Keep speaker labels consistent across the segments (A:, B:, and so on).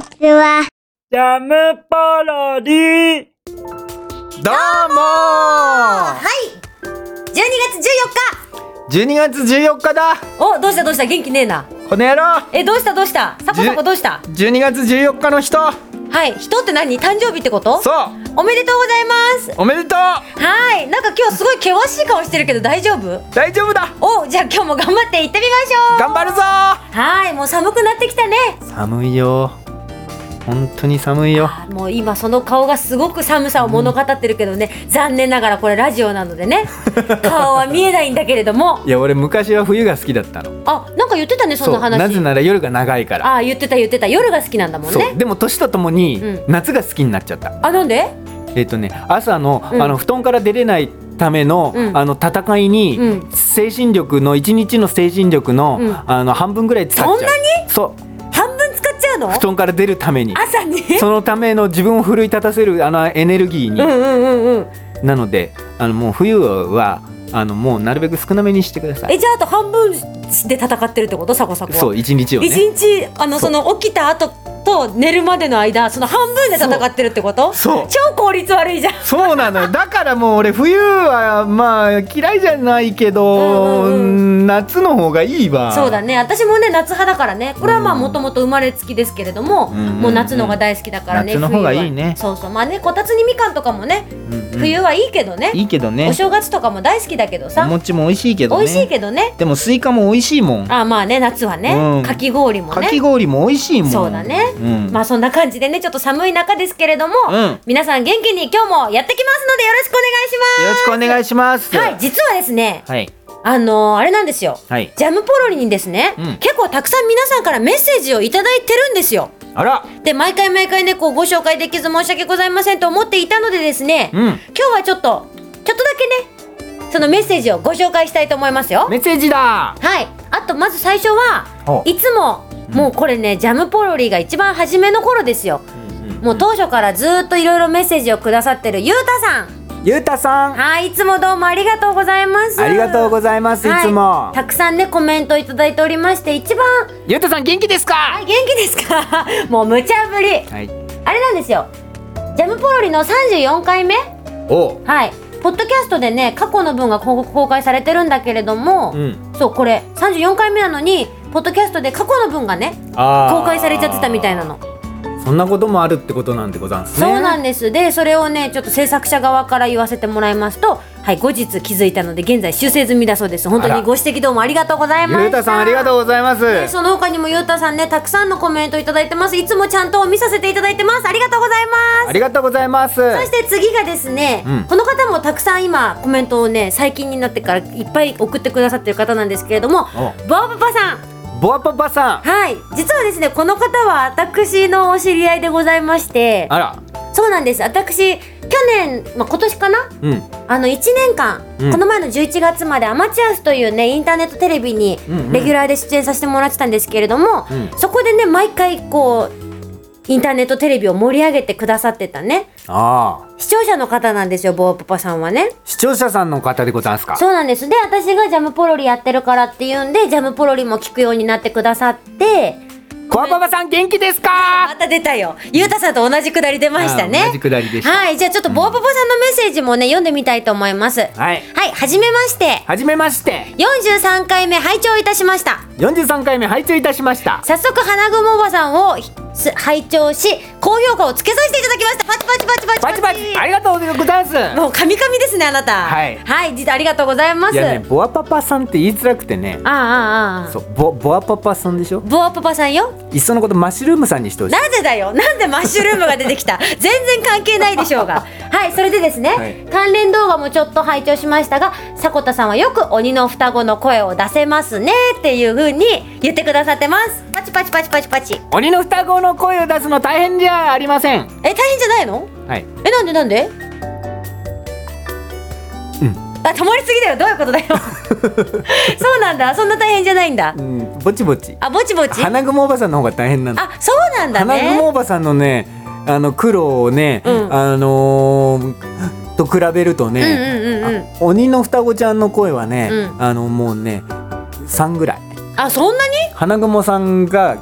A: ちは。
B: ジャムパロディ
C: どうも
D: あはい12月14
C: !12 月14日だ
D: 日おどうしたどうした元気ねえな
C: この野郎
D: えどうしたどうしたサコサコ
C: じゅ
D: どうした
C: !12 月14日の人
D: はい人って何誕生日ってこと
C: そう
D: おめでとうございます
C: おめでとう
D: はいなんか今日すごい険しい顔してるけど大丈夫
C: 大丈夫だ
D: おじゃあ今日も頑張って行ってみましょ
C: 頑張るぞ
D: うはいもう寒くなってきたね
C: 寒いよ本当に寒いよ
D: あもう今その顔がすごく寒さを物語ってるけどね、残念ながらこれラジオなので ね顔は見えないんだけれども
C: いや俺昔は冬が好きだったの
D: あなんか言ってたねそんな
C: うなぜ
D: 話
C: なら夜が長いから
D: あ言ってた言ってた夜が好きなんだもん
C: そう
D: ね
C: でも年とともに
D: う
C: 夏が好きになっちゃった、
D: あなんで
C: えっ、とね朝の,、
D: うん
C: あの布団から出れないための,、
D: うん
C: あの戦いに、
D: うん
C: 精神力の一日の精神力の,、
D: うん
C: あの半分ぐらい使っちゃう
D: そんな
C: にそう
D: 半分使っちゃうの
C: 布団から出るために
D: 朝に
C: そのための自分を奮い立たせるあのエネルギーに、
D: うんうんうんうん
C: なのであのもう冬はあのもうなるべく少なめにしてください
D: えじゃああと半分で戦ってるってことサコサコは
C: そう一日を
D: 一
C: ね
D: 日あのその起きた後と寝るまでの間その半分で戦ってるってこと
C: そう
D: 超効率悪いじゃん
C: そうなのよだからもう俺冬はまあ嫌いじゃないけど、
D: うんうんう
C: 夏の方がいいわ
D: そうだね私もね夏派だからねこれはまあもともと生まれつきですけれども、
C: うんうんうん
D: もう夏のが大好きだからね
C: 夏の方がいいね
D: 冬はそうそうまあねこたつにみかんとかもね
C: うんうん
D: 冬はいいけどね、
C: いいけどね
D: お正月とかも大好きだけど
C: お
D: さ、
C: 餅も美味しいけど
D: 美
C: ね
D: 味しいけどね
C: でもスイカも美味しいもん
D: あまあね夏はね、
C: うん
D: かき氷も
C: か
D: ね
C: き氷も美味しいもん
D: そうだね
C: うん
D: まあそんな感じでねちょっと寒い中ですけれども、
C: うん
D: 皆さん元気に今日もやってきますのでよろしくお願いします
C: よろしくお願いします
D: はい、実はですね、
C: はい
D: あのーあれなんですよ。
C: はい
D: ジャムポロリにですね、
C: うん
D: 結構たくさん皆さんからメッセージをいただいてるんですよ。
C: あら
D: で、毎回毎回ね、こうご紹介できず申し訳ございませんと思っていたのでですね、
C: うん
D: 今日はちょっと、ちょっとだけね、そのメッセージをご紹介したいと思いますよ。
C: メッセージだ
D: はい。あと、まず最初は
C: お、
D: いつも、もうこれね、ジャムポロリが一番初めの頃ですよ。もう当初からずーっといろいろメッセージをくださってるゆうたさん。
C: ゆうたさん
D: はい、いつもどうもありがとうございます。
C: ありがとうございますいつも
D: はいたくさんね、コメントいただいておりまして、一番、
C: ゆうたさん元気ですか
D: あ、元気ですか もう無茶ぶり。
C: はい
D: あれなんですよ。ジャムポロリの34回目
C: お
D: はい。ポッドキャストでね、過去の分がこう公開されてるんだけれども、
C: うん
D: そう、これ、34回目なのに、ポッドキャストで過去の分がね、
C: あー
D: 公開されちゃってたみたいなの。
C: そんなこともあるってことなんでござんすね
D: そうなん
C: で
D: です。で、それをね、ちょっと制作者側から言わせてもらいますと、はい、後日気づいたので、現在修正済みだそうです。本当
C: あ
D: に
C: ら
D: ご指摘どうもありがとうございました。
C: ゆうたさんありがとうございます
D: でその他にもゆうたさんね、たくさんのコメントいただいてます。いつもちゃんと見させていただいてます。ありがとうございま
C: ありがとうございます
D: す。そして次がですね、
C: うん
D: この方もたくさん今コメントをね最近になってからいっぱい送ってくださってる方なんですけれどもバオパパさん
C: ボアパパさん
D: はい実はですねこの方は私のお知り合いでございまして
C: あら
D: そうなんです私去年、まあ、今年かな
C: うん
D: あの1年間、
C: うん
D: この前の11月までアマチュアスというねインターネットテレビに
C: うんうん
D: レギュラーで出演させてもらってたんですけれども、
C: うん
D: そこでね毎回こうインターネットテレビを盛り上げてくださってたね
C: ああ
D: 視聴者の方なんですよボーパパさんはね
C: 視聴者さんの方でござんすか
D: そうなんですで私がジャムポロリやってるからっていうんでジャムポロリも聞くようになってくださって
C: ボアパパさん元気ですか
D: また出たよゆうたさんと同じくだり出ましたね
C: あー同じくだりでした
D: はいじゃあちょっとボーパパさんのメッセージもね読んでみたいと思いますはい
C: はい
D: はじめまして
C: はじめまして
D: 43回目拝聴いたしました
C: 43回目拝聴いたしました
D: 早速花雲おばさんをひす拝聴し高評価をつけさせていただきましたパチパチパチパチパ
C: バ
D: チ
C: チバチありがとうございます
D: もう神々ですねあなた
C: はい
D: はい実はありがとうございます
C: いやねボアパパさんって言いづらくてね
D: あああああ
C: そうボボアパパさんでしょ
D: あボアパパさんよ
C: いっそのことマッシュルームさんにしてほしい
D: なぜだよなんでマッシュルームが出てきた全然関係ないでしょ うがはいそれでですね、
C: はい
D: 関連動画もちょっと拝聴しましたが迫田さんはよく鬼の双子の声を出せますねっていう風に言ってくださってますパチパチパチパチパチ
C: 鬼の双子の声を出すの大変じゃありません
D: え大変じゃないの
C: はい
D: えなんでなんで
C: うん
D: あ止まりすぎだよどういうこと だよそうなんだそんな大変じゃないんだ
C: うんぼちぼち
D: あぼちぼちあ
C: 花雲おばさんの方が大変なの
D: そうなんだ
C: 花雲
D: ね
C: おばさんのねあの苦労をね、
D: うん
C: あのーと比べるとね、
D: うんうんうんうん
C: あ鬼の双子ちゃんの声はね、
D: う
C: あのもうね3ぐらい
D: あそんなに
C: 花雲さんが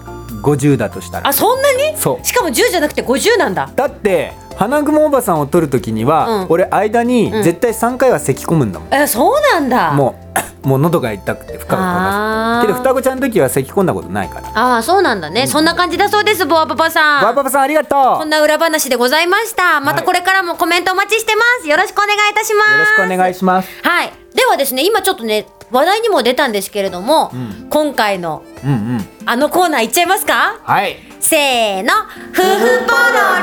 A: 50だとしたら
D: あそんなに
A: そう
D: しかも10じゃなくて50なんだ
A: だって花雲おばさんを撮る時には、
D: うん
A: 俺間に
D: うん
A: 絶対3回は咳込むんだもん、
D: えそうなんだ
A: もう もう喉が痛くて深
D: あ
A: くな
D: ー
A: すけど双子ちゃんの時は咳込んだことないから
D: ああそうなんだね、そんな感じだそうですボアパパさん
A: わーパパさんありがとう
D: こんな裏話でございましたまた
A: はい
D: これからもコメントお待ちしてますよろしくお願いいたします
A: よろしくお願いします
D: はいではですね今ちょっとね話題にも出たんですけれども、
A: ん
D: 今回の
A: うんうん
D: あのコーナーいっちゃいますか
A: はい
D: せーの夫婦ポロ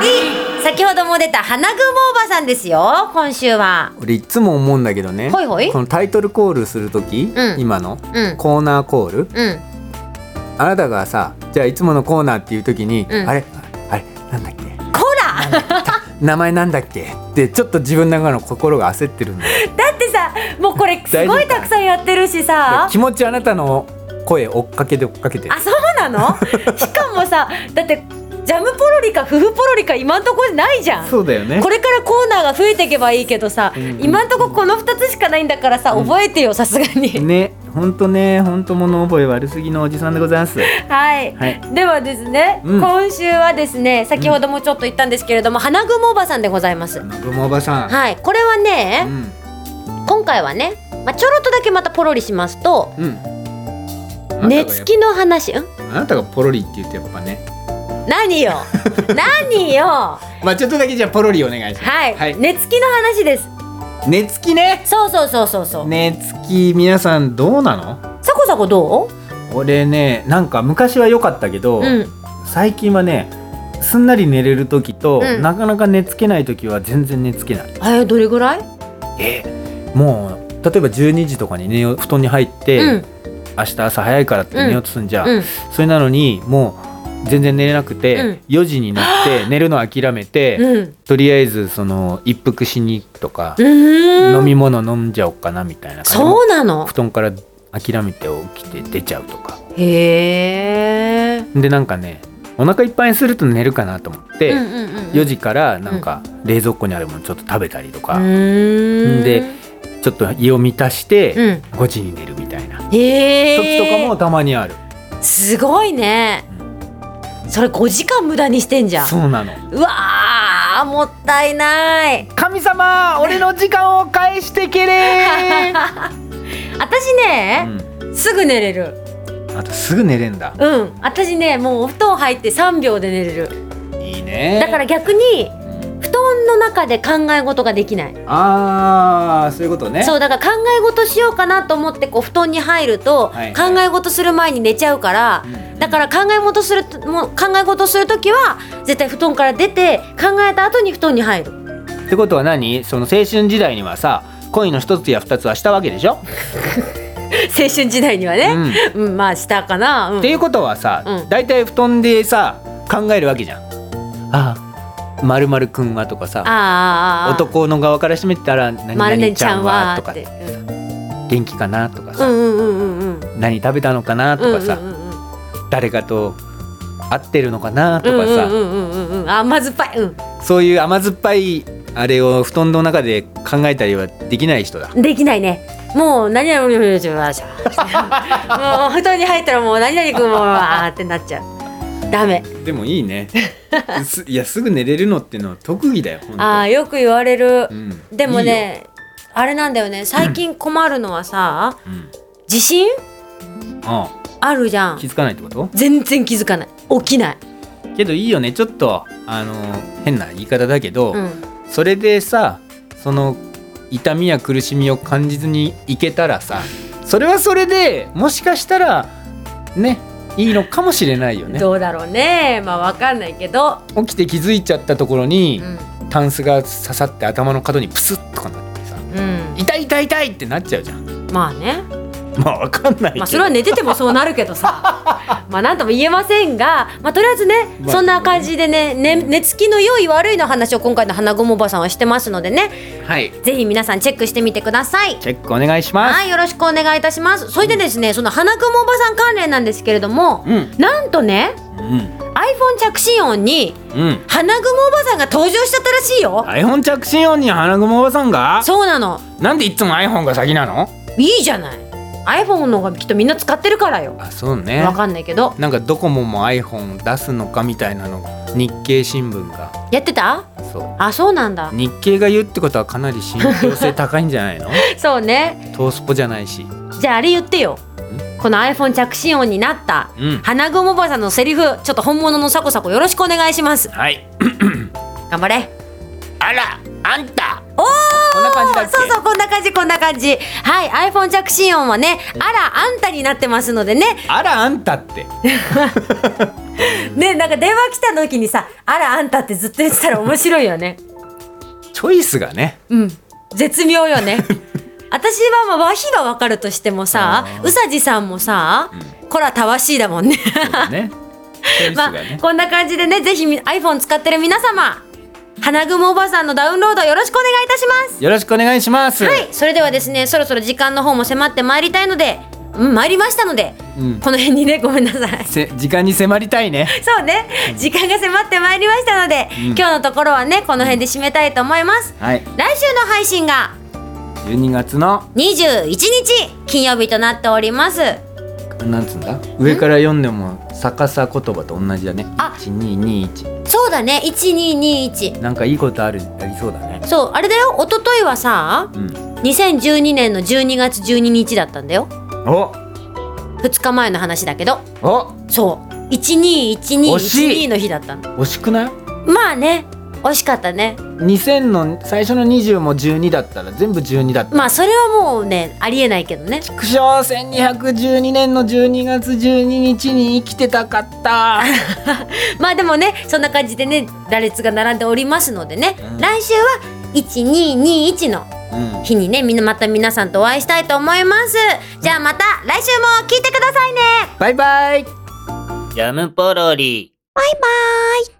D: リ先ほども出た花雲おばさんですよ今週は
A: 俺いつも思うんだけどね
D: ほいほい
A: このタイトルコールする時、
D: うん
A: 今の、
D: うん
A: コーナーコール
D: うん
A: あなたがさじゃあいつものコーナーっていう時に、
D: うん
A: あれあれなんだっけ
D: こらだ
A: 名前なんだっけってちょっと自分の中の心が焦ってるんだよ
D: ってさもうこれすごいたくさんやってるしさ
A: 気持ちあなたの声追っかけて追っかけて
D: あそうなのしかもさだってジャムポロリかフフポロリか今んとこないじゃん
C: そうだよね
D: これからコーナーが増えていけばいいけどさ、
A: ん
D: 今んとここの2つしかないんだからさ覚えてよさすがに、
C: ねほんとねほんと物覚え悪すぎのおじさんでございます
D: はい、
C: はい
D: ではですね、
A: うん
D: 今週はですね先ほどもちょっと言ったんですけれども、花雲おばさんでございます、
A: マグモおばさん、
D: はいこれは
A: う
D: ね、
A: ん
D: 今回はね、まあ、ちょろっとだけまたポロリしますと
A: うん
D: 寝つきの話ん
A: あなたがポロリって言ってやっぱね
D: 何よ何よ
A: まあちょっとだけじゃあポロリお願いします
D: はい、
A: はい
D: 寝つきの話です
A: 寝つきね
D: そうそうそうそうそう、
C: ねつき皆さんどうなの
D: サコサコど
C: 俺ねなんか昔は良かったけど、
D: ううん
C: 最近はねすんなり寝れる時と、
D: うん
C: なかなか寝つけない時は全然寝つけない
D: えどれぐらい
A: もう例えば12時とかに寝よう布団に入って、
D: うん
C: 明日朝早いからって寝ようとすんじゃん、
D: うん
C: それなのにもう全然寝れなくて、
D: うん
C: 4時にな って寝るの諦めて、
D: うん
C: とりあえずその一服しに行くとか、
D: うーん
C: 飲み物飲んじゃおっかなみたいな感じ
D: そうなの
C: 布団から諦めて起きて出ちゃうとか
D: へえ
C: でなんかねお腹いっぱいにすると寝るかなと思って、
D: うんうんうん
C: 4時からなんか冷蔵庫にあるものちょっと食べたりと
D: う
C: か、
D: ーん
C: でちょっと胃を満たして
D: うん
C: 5時に寝るみたいな
D: へ
A: 時とか
D: え
A: もたまにある、
D: すごいねそれ5時間無駄にしてんじゃん
C: そうなの
D: うわーもったいない
C: 神様俺の時間を返して けれ
D: 私
C: う
D: ね、
C: ん、
D: すぐ寝れる
C: あとすぐ寝れんだ
D: うん私ねもうお布団入って3秒で寝れる
C: いいね
D: だから逆に
C: うん
D: 布団の中で考え事ができない
A: ああそういうことね
D: そうだから考え事しようかなと思ってこう布団に入ると、
A: はい
D: 考え事する前に寝ちゃうから、だから考え事するともう考え事する時は絶対布団から出て考えた後に布団に入る
C: ってことは何その青春時代にはさ恋の一つや二つはしたわけでしょ、
D: 青春時代には
C: う
D: ね、
C: ん、っ
D: うんまあしたかな、うん
C: ていうことはさ、
D: うん
C: だいたい布団でさ考えるわけじゃんああまるまるくんはとか
D: あ
C: さ
D: ああああ
C: 男の側からしてみたら何
D: まるね
C: 々
D: ち
C: ちゃ
D: ゃん
C: んは
D: は
C: と
D: ー
C: か
D: って
C: 元気かなとか
D: う
C: さ、
D: んうんうんうんうん
C: 何食べたのかなとかさ、
D: うんうんうんうん
C: 誰かと会ってるのかなと
D: う
C: か
D: ん
C: さ、
D: うんうんうんうん甘酸っぱいうん
A: そういう甘酸っぱいあれを布団の中で考えたりはできない人だ
D: できないねもう何々もう布団に入ったらもう何々くんも あーってなっちゃうダメ
A: でもいい ねすいやすぐ寝れるのってのは特技だよほんと
D: ああよく言われる、
A: うん
D: でもねあれなんだよね最近困るのはさ、
A: ん
D: 自信
A: あ
D: あるじゃん
A: 気づかないってこと
D: 全然気づかない起きない、
A: けどいいよねちょっとあの変な言い方だけど、
D: うん、
A: それでさその痛みや苦しみを感じずにいけたらさそれはそれでもしかしたらねいいのかもしれないよね
D: どうだろうねまあわかんないけど、
A: 起きて気づいちゃったところに
D: う、ん
A: タンスが刺さって頭の角にプスッとかなってさ
D: うん、
A: 痛い痛い痛いってなっちゃうじゃん
D: まあね
A: まあわかんないけど、
D: まあそれは寝ててもそうなるけどさまあなんとも言えませんが、まあ、とりあえずね、
A: まあ
D: そんな感じでねね寝つきの良い悪いの話を今回の花雲おばさんはしてますのでね
A: はい
D: ぜひ皆さんチェックしてみてください。
C: チェックお願いします
D: はい、よろしくお願いいたします。それでですね、その花雲おばさん関連なんですけれども、
A: うん
D: なんとね、
A: う
D: iPhone 着信音に
A: んうん
D: 花雲おばさんが登場しちゃったらしいよ。
A: iPhone 着信音に花雲おばさんが
D: そうなの。
A: なんでいつも iPhone が先なの
D: いいじゃない。 iPhone の方がきっとみんな使ってるからよ
C: あそうね
D: わかんないけど
C: なんかドコモも iPhone 出すのかみたいなの日経新聞が
D: やってた
C: そう
D: あそうなんだ
C: 日経が言うってことはかなり信憑性高いんじゃない の
D: そうね
C: トースポじゃないし
D: じゃああれ言ってよこの iPhone 着信音になった
C: うん
D: 花雲おばさんのセリフちょっと本物のサコサコよろしくお願いします
C: はい
D: 頑張れ
C: あらあんた
D: おー
C: こんな感じだっけ
D: そうそうこんな感じこんな感じはい iPhone 着信音はねあらあんたになってますのでね
C: あらあんたって
D: ねなんか電話来た時にさあらあんたってずっと言ってたら面白いよね
C: チョイスがね
D: うん絶妙よ ね私はまあ和比はわかるとしてもさ
C: あー
D: 宇佐治さんもさ、こらたわしいだもんね
C: ねチョイス
D: ま
C: が
D: あ
C: ね、
D: こんな感じでねぜひみ iPhone 使ってる皆様花雲おばさんのダウンロードよろしくお願いいたします
C: よろしくお願いします
D: はいそれではですねそろそろ時間の方も迫ってまいりたいのでうん参りましたので、
C: うん
D: この辺にねごめんなさい
C: せ時間に迫りたいね
D: そうね、時間が迫ってまいりましたので、
C: ん
D: 今日のところはね、この辺で締めたいと思います。
C: はい
D: 来週の配信が
C: 12月の
D: 21日金曜日となっております。
C: なんつうんだ上から読んでも逆さ言葉と同じだね
D: あ
C: 1221
D: そうだね、1221。
C: なんかいいことあるありそうだね
D: そう、あれだよ、一昨日はさ、
C: うん
D: 2012年の12月12日だったんだよ。
C: お
D: 2日前の話だけど、
C: お
D: そう、
C: 惜し
D: 121212
C: い
D: の日だったの。
C: 惜しくない
D: まあね、惜しかったね。
C: 2000の最初の20も12だったら全部12だった
D: まあ、それはもうね、ありえないけどね。
C: 苦笑1212年の12月12日に生きてたかった
D: まあでもねそんな感じでね羅列が並んでおりますのでね、
C: うん
D: 来週は1221の
C: うん
D: 日にねみんなまた皆さんとお会いしたいと思いますじゃあまた来週も聞いてくださいね
C: バイバイ
A: ジャムポロリ。
D: バイバイ